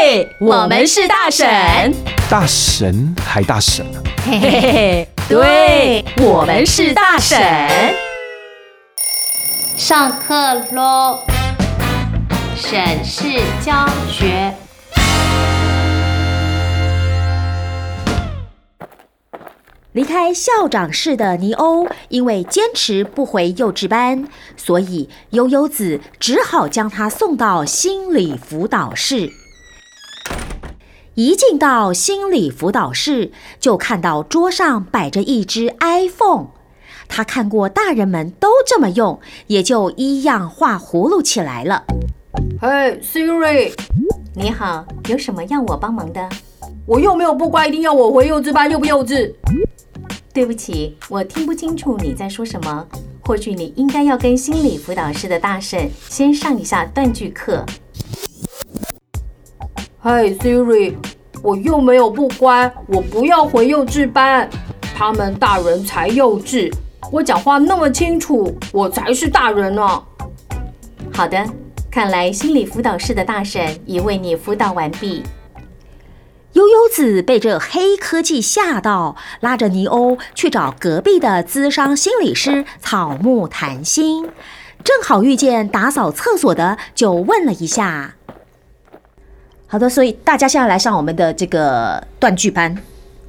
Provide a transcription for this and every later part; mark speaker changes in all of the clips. Speaker 1: 嘿，我们是大婶，
Speaker 2: 大神还大神啊！
Speaker 1: 嘿嘿嘿，对，我们是大婶。
Speaker 3: 上课喽！沈氏教学。
Speaker 4: 离开校长室的尼欧，因为坚持不回幼稚班，所以悠悠子只好将他送到心理辅导室。一进到心理辅导室，就看到桌上摆着一只 iPhone。他看过大人们都这么用，也就依样画葫芦起来了。
Speaker 5: 嘿，Siri，
Speaker 3: 你好，有什么要我帮忙的？
Speaker 5: 我又没有不乖，一定要我回幼稚班，幼不幼稚？
Speaker 3: 对不起，我听不清楚你在说什么。或许你应该要跟心理辅导室的大婶先上一下断句课。
Speaker 5: 嘿，Siri，我又没有不乖，我不要回幼稚班。他们大人才幼稚，我讲话那么清楚，我才是大人呢、
Speaker 3: 好的，看来心理辅导室的大婶已为你辅导完毕。
Speaker 4: 悠悠子被这黑科技吓到，拉着尼欧去找隔壁的资商心理师草木谈心，正好遇见打扫厕所的，就问了一下。
Speaker 1: 好的，所以大家现在来上我们的这个断 句班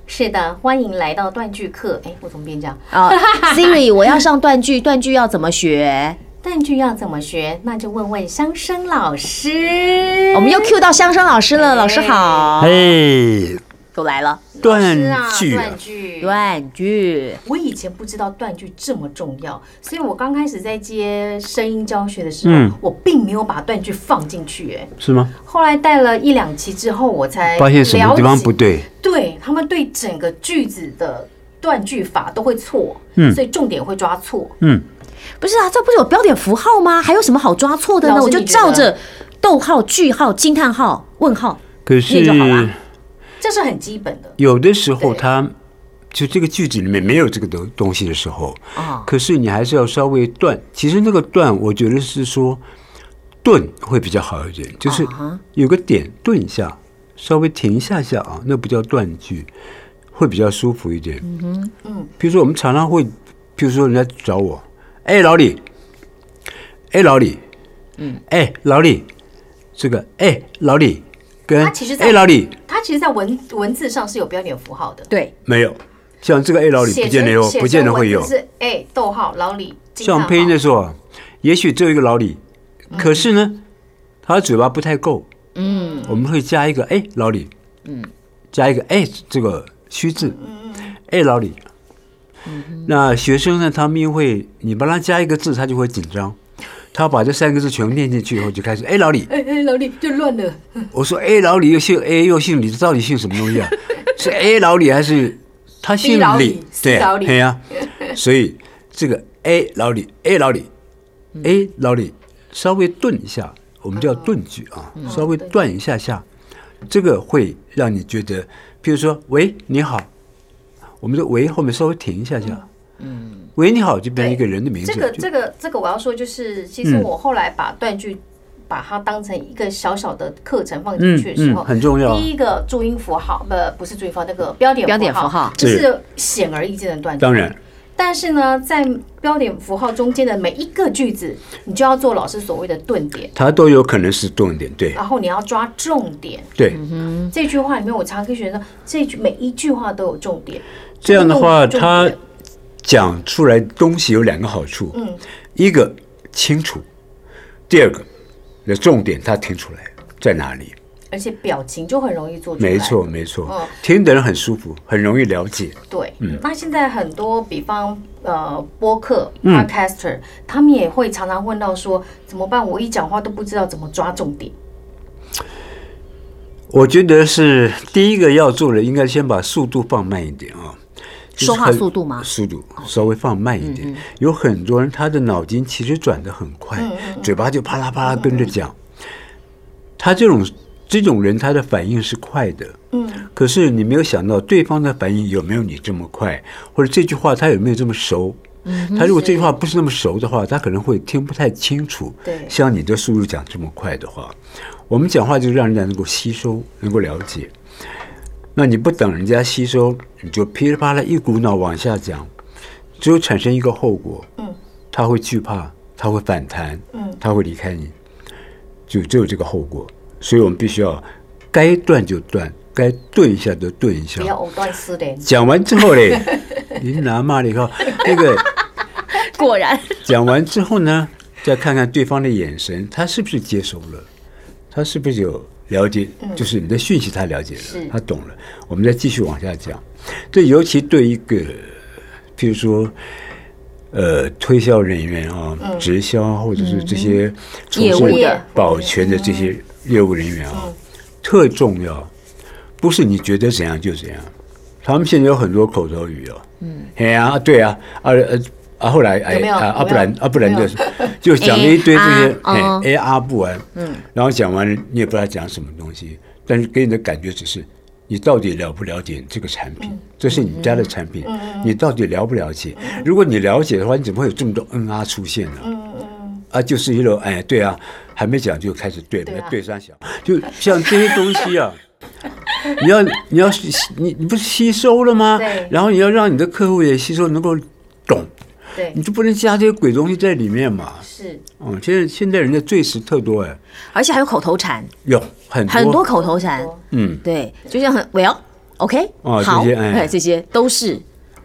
Speaker 3: 是的，欢迎来到断句课。哎，我怎么变这样？
Speaker 4: 哦
Speaker 1: 啊、s i r i 我要上断句，断句要怎么学？
Speaker 3: 断句要怎么学？那就问问香生老师。
Speaker 1: 我们又 Q 到香生老师了，老师好，
Speaker 6: 嘿，
Speaker 1: 又来了，
Speaker 6: 断
Speaker 3: 是啊，
Speaker 6: 句哦啊
Speaker 3: 断句，
Speaker 1: 断句。
Speaker 3: 我以前不知道断句这么重要，所以我刚开始在接声音教学的时候，
Speaker 6: 嗯
Speaker 3: 我并没有把断句放进去。哎，
Speaker 6: 是吗？
Speaker 3: 后来带了一两期之后，我才
Speaker 6: 发现什么地方
Speaker 3: 了解
Speaker 6: 不？对？
Speaker 3: 对他们对整个句子的断句法都会错，
Speaker 6: 嗯
Speaker 3: 所以重点会抓错。
Speaker 6: 嗯，
Speaker 1: 不是啊，这不是有标点符号吗？还有什么好抓错的呢？
Speaker 3: 老师
Speaker 1: 我就
Speaker 3: 你觉得
Speaker 1: 照着逗号、句号、惊叹号、问号。
Speaker 6: 可
Speaker 1: 念
Speaker 6: 是
Speaker 1: 就好啦
Speaker 3: 这是很基本的。
Speaker 6: 有的时候
Speaker 3: 对
Speaker 6: 它就这个句子里面没有这个东东西的时候，
Speaker 3: 啊
Speaker 1: 哦
Speaker 6: 可是你还是要稍微断。其实那个断，我觉得是说顿会比较好一点，
Speaker 3: 啊
Speaker 6: 就是有个点顿一下，稍微停一下下啊，那不叫断句，会比较舒服一点。嗯嗯，比如说我们常常会，比如说人家找我，哎，老李，哎，老李，嗯，哎，老李，这个哎，老李跟
Speaker 3: 他其实在
Speaker 6: 哎，老李
Speaker 3: 它其实，在文文字上是有标点符号的，
Speaker 1: 对，
Speaker 6: 没有，像这个 A 老李
Speaker 3: 写
Speaker 6: 哦不见得
Speaker 3: 成
Speaker 6: 有，
Speaker 3: 写
Speaker 6: 不见
Speaker 3: 成
Speaker 6: 得会
Speaker 3: 文字
Speaker 6: 有。
Speaker 3: 是哎，逗号，老李，惊叹
Speaker 6: 像
Speaker 3: 号
Speaker 6: 配音的时候啊，也许只有一个老李，
Speaker 3: 嗯
Speaker 6: 可是呢，他的嘴巴不太够，嗯，我们会加一个哎老李，嗯，加一个哎这个虚字，
Speaker 3: 嗯
Speaker 6: 哎老李。那学生呢，他们因为你帮他加一个字，他就会紧张。他把这三个字全念进去以后，就开始哎老李，
Speaker 5: 哎哎，老李就乱了。
Speaker 6: 我说哎老李又姓 A 又姓李，这到底姓什么东西啊？是 A 老李还是他姓
Speaker 5: B 老李
Speaker 6: 李？对
Speaker 5: C 老
Speaker 6: 啊，
Speaker 5: 李
Speaker 6: 对呀、所以这个 A 老李 A 老李 A 老李稍微顿一下，我们叫顿句啊，稍微断一下下，这个会让你觉得，比如说喂你好，我们的喂后面稍微停一下下，嗯，喂你好就变成一个人的名字，
Speaker 3: 这个
Speaker 6: 就
Speaker 3: 这个这个我要说就是，其实
Speaker 6: 嗯
Speaker 3: 我后来把断句把它当成一个小小的课程放进去的时候，
Speaker 6: 嗯嗯很重要啊
Speaker 3: 第一个注音符号，呃，不是注音符号，那个标点
Speaker 1: 标点符号
Speaker 3: 就是是显而易见的断句。
Speaker 6: 当然。
Speaker 3: 但是呢，在标点符号中间的每一个句子，你就要做老师所谓的顿点，
Speaker 6: 它都有可能是顿点，对
Speaker 3: 然后你要抓重点。
Speaker 6: 对，
Speaker 3: 这句话里面，我常跟学生说，这句每一句话都有重点。
Speaker 6: 这样的话
Speaker 3: 重点
Speaker 6: 他讲出来东西有两个好处，
Speaker 3: 嗯，
Speaker 6: 一个清楚，第二个，那重点他听出来在哪里。
Speaker 3: 而且表情就很容易做出来。
Speaker 6: 没错，没错，
Speaker 1: 哦
Speaker 3: 嗯
Speaker 6: 听的人很舒服，很容易了解。
Speaker 3: 对，
Speaker 6: 嗯
Speaker 3: 那现在很多，比方呃，播客
Speaker 6: 嗯
Speaker 3: podcaster，、他们也会常常问到说，怎么办？我一讲话都不知道怎么抓重点。
Speaker 6: 我觉得是第一个要做的，应该先把速度放慢一点啊。就是
Speaker 1: 说话
Speaker 6: 很
Speaker 1: 速度吗哦嗯
Speaker 6: 速度稍微放慢一点。有很多人他的脑筋其实转得很快，
Speaker 1: 嗯
Speaker 6: 嘴巴就啪啦啪啦跟着讲。他这种这种人，他的反应是快的。嗯。可是你没有想到对方的反应有没有你这么快，或者这句话他有没有这么熟？他如果这句话不是那么熟的话，他可能会听不太清楚。
Speaker 3: 对
Speaker 6: 像你的速度讲这么快的话，我们讲话就是让人家能够吸收，能够了解。那你不等人家吸收，你就噼里啪啦一股脑往下讲，只有产生一个后果，嗯，他会惧怕，他会反弹，嗯，他会离开你，就只有这个后果。所以我们必须要该断就断，该顿一下就顿一下
Speaker 3: 不，要藕断丝连。
Speaker 6: 讲完之后嘞， 琳达骂了以后，那个
Speaker 1: 果然
Speaker 6: 讲完之后呢，再看看对方的眼神，他是不是接收了，他是不是有了解，
Speaker 1: 嗯
Speaker 6: 就是你的讯息他了解了，他懂了，我们再继续往下讲。这尤其对一个，譬如说。呃，推销人员啊，直销或者是这些从
Speaker 1: 嗯业务
Speaker 6: 事
Speaker 1: 的嗯
Speaker 6: 保全的这些业务人员啊，特重要。不是你觉得怎样就怎样。他们现在有很多口头语哦，嗯，哎呀、啊，对啊，啊呃啊，后来哎
Speaker 3: 有没有
Speaker 6: 啊
Speaker 3: 有
Speaker 6: 啊
Speaker 3: 没有
Speaker 6: 不然啊不然
Speaker 3: 有没有
Speaker 6: 就是就讲了一堆这些
Speaker 1: 哎啊哦
Speaker 6: 哎哎啊不完，嗯，然后讲完你也不知道讲什么东西，但是给你的感觉只是你到底了不了解这个产
Speaker 3: 嗯
Speaker 6: 品，这是你家的产品，你到底了不了解？如果你了解的话，你怎么会有这么多嗯啊出现呢？啊，就是一种哎，对啊，还没讲就开始对了，
Speaker 3: 对啊
Speaker 6: 对上想，就像这些东 西啊，你要你要是你你不是吸收了吗
Speaker 3: 对？
Speaker 6: 然后你要让你的客户也吸收，能够懂，
Speaker 3: 对
Speaker 6: 你，就不能加这些鬼东西在里面嘛。
Speaker 3: 是
Speaker 6: 嗯，现在现在人的罪时特多哎，
Speaker 1: 而且还有口头禅，
Speaker 6: 有很多
Speaker 1: 很多口头禅，
Speaker 6: 嗯，
Speaker 1: 对，就像很 well OK，
Speaker 6: 哦
Speaker 1: 好，
Speaker 6: 这些哎
Speaker 1: 这些都是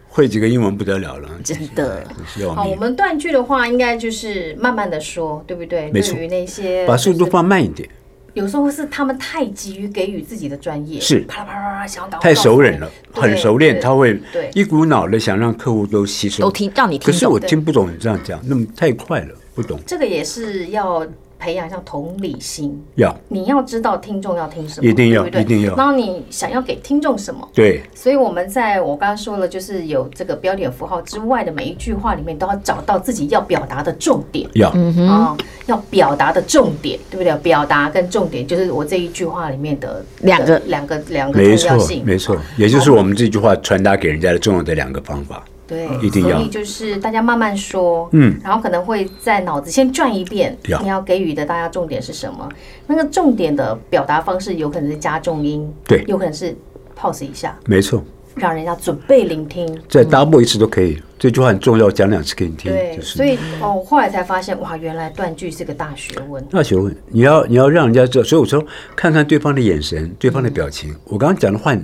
Speaker 6: 会几个英文不得了哎了，
Speaker 1: 真的
Speaker 6: 真是要
Speaker 3: 好，我
Speaker 6: 命。
Speaker 3: 们断句的话，应该就是慢慢的说，对不对？
Speaker 6: 没错
Speaker 3: 对于那些
Speaker 6: 把速度
Speaker 3: 就是
Speaker 6: 放慢一点，
Speaker 3: 有时候是他们太急于给予自己的专业，
Speaker 6: 是
Speaker 3: 啪啦啪啦啪啦，想要搞
Speaker 6: 太熟人了，很熟练，他会
Speaker 3: 对
Speaker 6: 一股脑的想让客户都吸收，
Speaker 1: 都听让你听
Speaker 6: 可是
Speaker 1: 懂
Speaker 6: 我听不懂你这样讲，那么太快了，不懂。
Speaker 3: 这个也是要培养像同理心。
Speaker 6: 要
Speaker 3: 你要知道听众要听什么，
Speaker 6: 一定要
Speaker 3: 对不对
Speaker 6: 一定要
Speaker 3: 然后你想要给听众什么，
Speaker 6: 对，
Speaker 3: 所以我们在我刚刚说了，就是有这个标点符号之外的每一句话里面，都要找到自己要表达的重点。
Speaker 6: 要
Speaker 1: 嗯
Speaker 3: 啊、要表达的重点，对不对？表达跟重点就是我这一句话里面的
Speaker 1: 两个
Speaker 3: 的两个两个
Speaker 6: 没
Speaker 3: 重要
Speaker 6: 错
Speaker 3: 性，
Speaker 6: 没错，也就是我们这句话传达给人家的重要的两个方法。
Speaker 3: 对，
Speaker 6: 嗯一定要
Speaker 3: 所以就是大家慢慢说，
Speaker 6: 嗯，啊
Speaker 3: 然后可能会在脑子先转一遍，
Speaker 6: 要
Speaker 3: 你要给予的大家重点是什么？那个重点的表达方式有可能是加重音，
Speaker 6: 对
Speaker 3: 有可能是 pause 一下，
Speaker 6: 没错，
Speaker 3: 让人家准备聆听。
Speaker 6: 再 double 一次都可以，这句话很重要，讲两次给你听。
Speaker 3: 嗯对，
Speaker 6: 就
Speaker 3: 所
Speaker 6: 是
Speaker 3: 以哦，我后来才发现，哇，原来断句是个大学问。
Speaker 6: 那学问，你要你要让人家知道。所以我说，看看对方的眼神，对
Speaker 3: 嗯
Speaker 6: 方的表情。我刚刚讲的话，你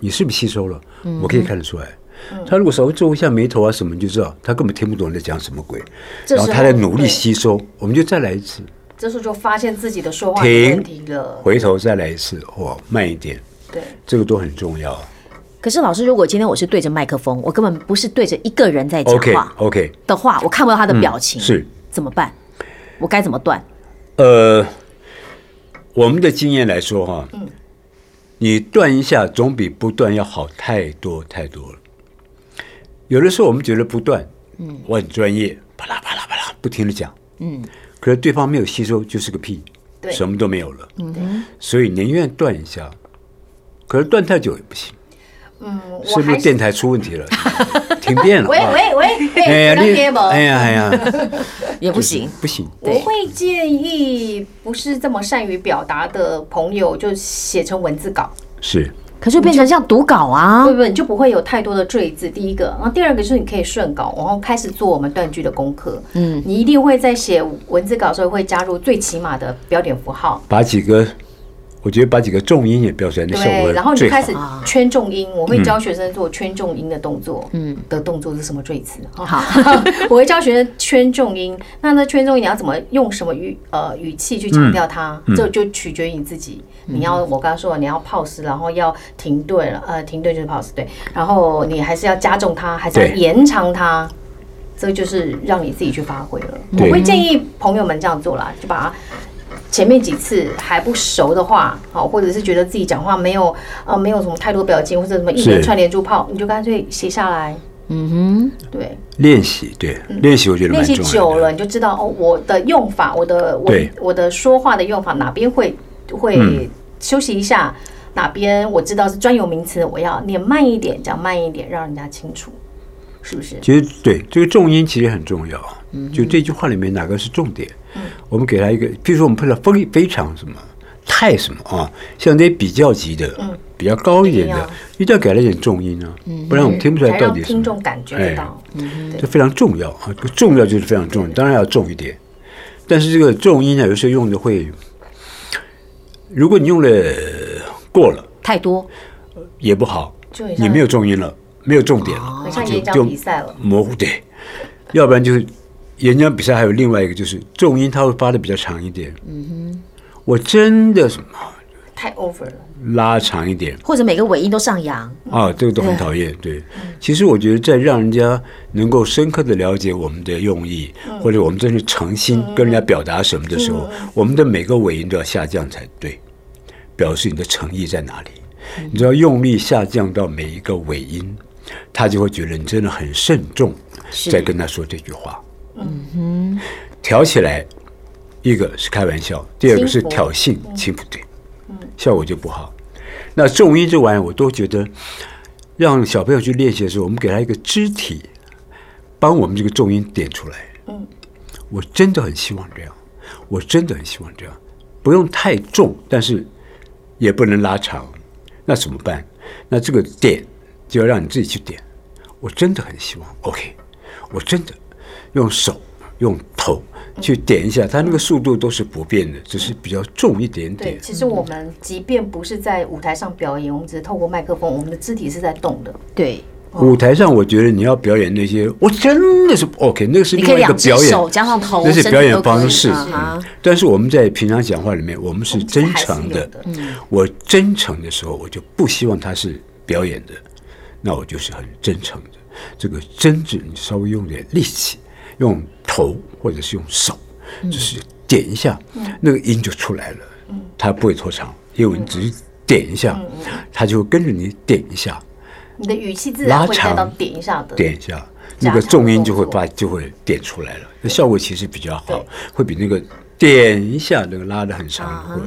Speaker 6: 你是不是吸收了？我可以看得出来。
Speaker 3: 嗯
Speaker 6: 他如果稍微皱一下眉头啊什么，你就知道他根本听不懂你在讲什么鬼。
Speaker 3: 这
Speaker 6: 然后
Speaker 3: 时
Speaker 6: 他在
Speaker 3: 候
Speaker 6: 努力
Speaker 3: 对
Speaker 6: 吸收，我们就再来一次。
Speaker 3: 这时候就发现自己的说话有问题
Speaker 6: 停
Speaker 3: 了，，
Speaker 6: 回头再来一次，哦，慢一点，
Speaker 3: 对。
Speaker 6: 这个都很重要。
Speaker 1: 可是老师，如果今天我是对着麦克风，我根本不是对着一个人在讲
Speaker 6: OK
Speaker 1: 话
Speaker 6: OK，
Speaker 1: 的话，我看不到他的表情，
Speaker 6: 是
Speaker 1: 怎么办？我该怎么断？
Speaker 6: 呃，我们的经验来说哈，你断一下总比不断要好太多太多了。有的时候我们觉得不断，嗯，我很专业，啪啦啪啦啪啦，不停的讲，嗯，可是对方没有吸收，就是个屁，
Speaker 3: 对
Speaker 6: 什么都没有了，嗯，所以宁愿断一下，可是断太久也不行，
Speaker 3: 嗯，我
Speaker 6: 是不是
Speaker 3: 还
Speaker 6: 电台出问题了？停电了，
Speaker 3: 喂
Speaker 6: 啊
Speaker 3: 喂喂， 嘿
Speaker 6: 哎呀，
Speaker 3: 不要
Speaker 6: 你
Speaker 3: 接不
Speaker 6: 哎呀哎呀，
Speaker 1: 也不
Speaker 6: 不
Speaker 1: 行，，
Speaker 6: 不行，
Speaker 3: 我会建议不是这么善于表达的朋友，就写成文字稿，
Speaker 6: 是
Speaker 1: 可是变成像读稿啊
Speaker 3: 会，不会你就不会有太多的赘字？第一个，然后第二个就是你可以顺稿，然后开始做我们断句的功课。嗯，你一定会在写文字稿的时候会加入最起码的标点符号，
Speaker 6: 把几个，我觉得把几个重音也标出来，那效果
Speaker 3: 对，然后你
Speaker 6: 最
Speaker 3: 就
Speaker 6: 好嗯
Speaker 3: 开始圈重音，我会教学生做圈重音的动作。嗯，的动作是什么赘词？好， 我会教学生圈重音。那那圈重音你要怎么用什么语呃语气去强调它？
Speaker 6: 嗯
Speaker 3: 这就取决于你自己。你要我刚刚说了，你要 pause，然后要停顿了，呃，停顿就是 pause 对，然后你还是要加重它，还是要
Speaker 6: 对
Speaker 3: 延长它。这就是让你自己去发挥了。我
Speaker 6: 对
Speaker 3: 会建议朋友们这样做啦，就把它前面几次还不熟的话，好，或者是觉得自己讲话没有呃没有什么太多表情或者什么一连
Speaker 6: 是
Speaker 3: 串连珠炮，你就干脆写下来。嗯哼，对，
Speaker 6: 练习，对，练习我觉得蛮
Speaker 3: 嗯练习
Speaker 6: 重
Speaker 3: 久
Speaker 6: 要
Speaker 3: 了
Speaker 6: 的。
Speaker 3: 你就知道哦，我的用法，我的我
Speaker 6: 对嗯
Speaker 3: 我的说话的用法哪边会会休息一下，哪边我知道是专有名词，我要念慢一点，讲慢一点，让人家清楚，是不是？
Speaker 6: 其实对这个重音其实很重要，
Speaker 3: 嗯
Speaker 6: 就这句话里面哪个是重点，我们给他一个，比如说我们碰到非非常什么太什么啊，像这些比较级的、比较高一点
Speaker 3: 嗯一定
Speaker 6: 的
Speaker 3: 要，嗯
Speaker 6: 一定要给他一点重音啊，不然我们听不出来
Speaker 3: 才
Speaker 6: 到
Speaker 3: 让
Speaker 6: 底是什
Speaker 3: 听
Speaker 6: 么。哎
Speaker 3: 众感觉得到。
Speaker 6: 这非常重要啊，这个重要就是非常重要，当然要重一点。但是这个重音呢，有时候用的会，如果你用了呃过了
Speaker 4: 太多，
Speaker 6: 也不好
Speaker 3: 就很，像
Speaker 6: 你没有重哦音了，没有重点了，
Speaker 3: 很像
Speaker 6: 就
Speaker 3: 演讲
Speaker 6: 就
Speaker 3: 比赛了
Speaker 6: 模糊对。要不然就是演讲比赛，还有另外一个就是重音，它会发的比较长一点。嗯哼，我真的什么
Speaker 3: 太 over 了，
Speaker 6: 拉长一点，
Speaker 1: 或者每个尾音都上扬，
Speaker 6: 啊，这个都很讨厌。对，其实我觉得在让人家能够深刻的了解我们的用意，或者我们真是诚心跟人家表达什么的时候，我们的每个尾音都要下降才对，表示你的诚意在哪里。你只要用力下降到每一个尾音，他就会觉得你真的很慎重，在跟他说这句话。嗯哼，挑起来，一个是开玩笑，第二个是
Speaker 3: 轻浮
Speaker 6: 挑衅，轻浮对，效果就不好。那重音这玩意儿，我都觉得让小朋友去练习的时候，我们给他一个肢体，帮我们这个重音点出来。嗯，我真的很希望这样，我真的很希望这样，不用太重，但是也不能拉长。那怎么办？那这个点就要让你自己去点。我真的很希望，OK，我真的用手用头
Speaker 1: 嗯
Speaker 6: 去点一下，它那个速度都是不变的，只是比较重一点
Speaker 3: 对，
Speaker 6: 点。
Speaker 3: 其实我们即便不是在舞台上表演，我们只是透过麦克风，我们的肢体是在动的。
Speaker 1: 对，
Speaker 6: 舞台上，我觉得你要表演那些，我真的是 OK，那个是
Speaker 1: 你
Speaker 6: 另
Speaker 1: 可以
Speaker 6: 外一个
Speaker 1: 两只
Speaker 6: 表演，
Speaker 1: 手加上头，
Speaker 6: 那是
Speaker 1: 身体
Speaker 6: 表演
Speaker 1: 都可以
Speaker 6: 方式。
Speaker 1: 啊哈哦
Speaker 6: 嗯但是我们在平常讲话里面，我们是真诚的。
Speaker 1: 嗯
Speaker 3: 我们
Speaker 6: 我真诚的时候，我就不希望他是表演的，那我就是很真诚的。这个真挚，你稍微用点力气，用头或者是用手，
Speaker 1: 嗯
Speaker 6: 就是点一下，那个音就出来了。它不会拖长，因为你只是点一
Speaker 1: 嗯
Speaker 6: 下，它就跟着你点一下。
Speaker 3: 你的语气自然会带
Speaker 6: 拉
Speaker 3: 到
Speaker 6: 长
Speaker 3: 点一下的。
Speaker 6: 点一下，
Speaker 3: 加
Speaker 6: 那个
Speaker 3: 强
Speaker 6: 重音
Speaker 3: 动
Speaker 6: 就会
Speaker 3: 作
Speaker 6: 把就会点出来了，那效果其实比较好
Speaker 3: 对，啊
Speaker 6: 会比那个点一下那个拉的很长，会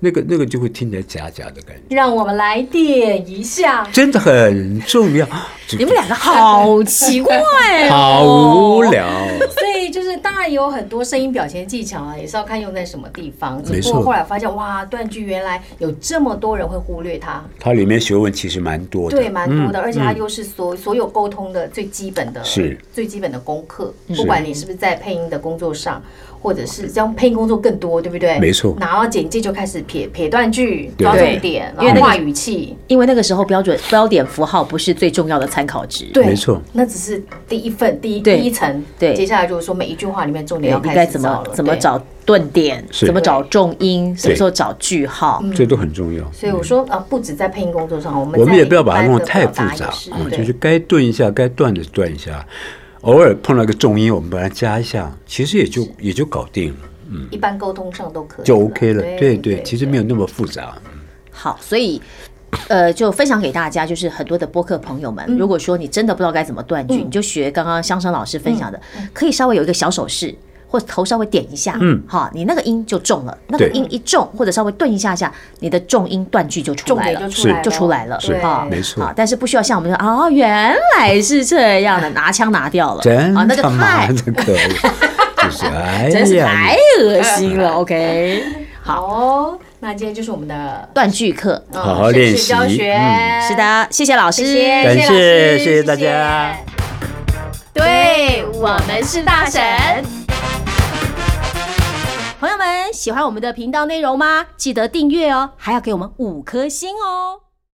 Speaker 6: 那个那个就会听起来假假的感觉，
Speaker 3: 让我们来点一下。
Speaker 6: 真的很重要。你
Speaker 1: 你们两个好奇怪哦，
Speaker 6: 好无聊，
Speaker 3: 所以就是，当然也有很多声音表现技巧啊，也是要看用在什么地方。只
Speaker 6: 没
Speaker 3: 不
Speaker 6: 错
Speaker 3: 过后来发现，哇，断句原来有这么多人会忽略它，
Speaker 6: 它里面学问其实蛮多的。
Speaker 3: 对，蛮多的，而且它又是所所有沟通的最基本的，
Speaker 6: 嗯是
Speaker 3: 最基本的功课。不管你是不是在配音的工作上，或者是这样配音工作更多，对不对？
Speaker 6: 没错
Speaker 3: 拿到简介就开始撇撇断句，
Speaker 6: 对
Speaker 3: 抓重点，
Speaker 1: 因为
Speaker 3: 然后
Speaker 1: 那个
Speaker 3: 话语气。
Speaker 1: 因为那个时候标准标点符号不是最重要的参考值，
Speaker 3: 对，
Speaker 6: 没错，
Speaker 3: 那只是第一份、第一第
Speaker 1: 对
Speaker 3: 一层，
Speaker 1: 对
Speaker 3: 接下来就是说每一句话里面重点要
Speaker 1: 你
Speaker 3: 开
Speaker 1: 该
Speaker 3: 始
Speaker 1: 怎么
Speaker 3: 找了
Speaker 1: 怎么。
Speaker 3: 对
Speaker 1: 找顿点，
Speaker 6: 是
Speaker 1: 怎么找重音，什么时候找句号，
Speaker 6: 这都很重要。
Speaker 3: 所以我说啊，不止在配音工作上，我们
Speaker 6: 我们
Speaker 3: 在
Speaker 6: 也不要把
Speaker 3: 一
Speaker 6: 它
Speaker 3: 般
Speaker 6: 弄
Speaker 3: 的
Speaker 6: 得太
Speaker 3: 表
Speaker 6: 复
Speaker 3: 达
Speaker 6: 杂
Speaker 3: 也是
Speaker 6: 啊，
Speaker 3: 对
Speaker 6: 就是该顿一下，该断的断一下，偶尔碰到个重音，我们把它加一下，其实也就也就搞定了。
Speaker 3: 一般沟通上都可以，
Speaker 6: 就 OK 了。对
Speaker 3: 对，
Speaker 6: 对，其实没有那么复杂。
Speaker 1: 好，所以。呃，就分享给大家，就是很多的播客朋友
Speaker 3: 嗯
Speaker 1: 们，如果说你真的不知道该怎么断句，你就学刚刚香生老师分享的，
Speaker 3: 嗯
Speaker 1: 可以稍微有一个小手势，或头稍微点一下，嗯，好，你那个音就中了，那个
Speaker 6: 对
Speaker 1: 音一中，或者稍微顿一下下，你的重音断句就出
Speaker 3: 重
Speaker 1: 来
Speaker 3: 点
Speaker 1: 了
Speaker 3: 就，出来了，
Speaker 1: 就出来了，
Speaker 3: 对
Speaker 1: 啊，
Speaker 6: 没错
Speaker 1: 啊，但是不需要像我们说哦，原来是这样 的，拿枪拿掉了，
Speaker 6: 真
Speaker 1: 啊，那个
Speaker 6: 他妈
Speaker 1: 太
Speaker 6: 的 可恶，就是哎
Speaker 1: 真是
Speaker 6: 呀
Speaker 1: 太，恶心了，OK，
Speaker 3: 好哦。那今天就是我们的
Speaker 1: 断句课，
Speaker 3: 呃
Speaker 6: 好好练习嗯
Speaker 3: 省事教学，
Speaker 1: 是，的，谢谢老师，
Speaker 3: 谢谢
Speaker 6: 感
Speaker 3: 老
Speaker 6: 谢
Speaker 3: 师
Speaker 6: 谢谢大家。
Speaker 3: 对我们是大神，
Speaker 1: 朋友们喜欢我们的频道内容吗？记得订阅哦，还要给我们五颗星哦。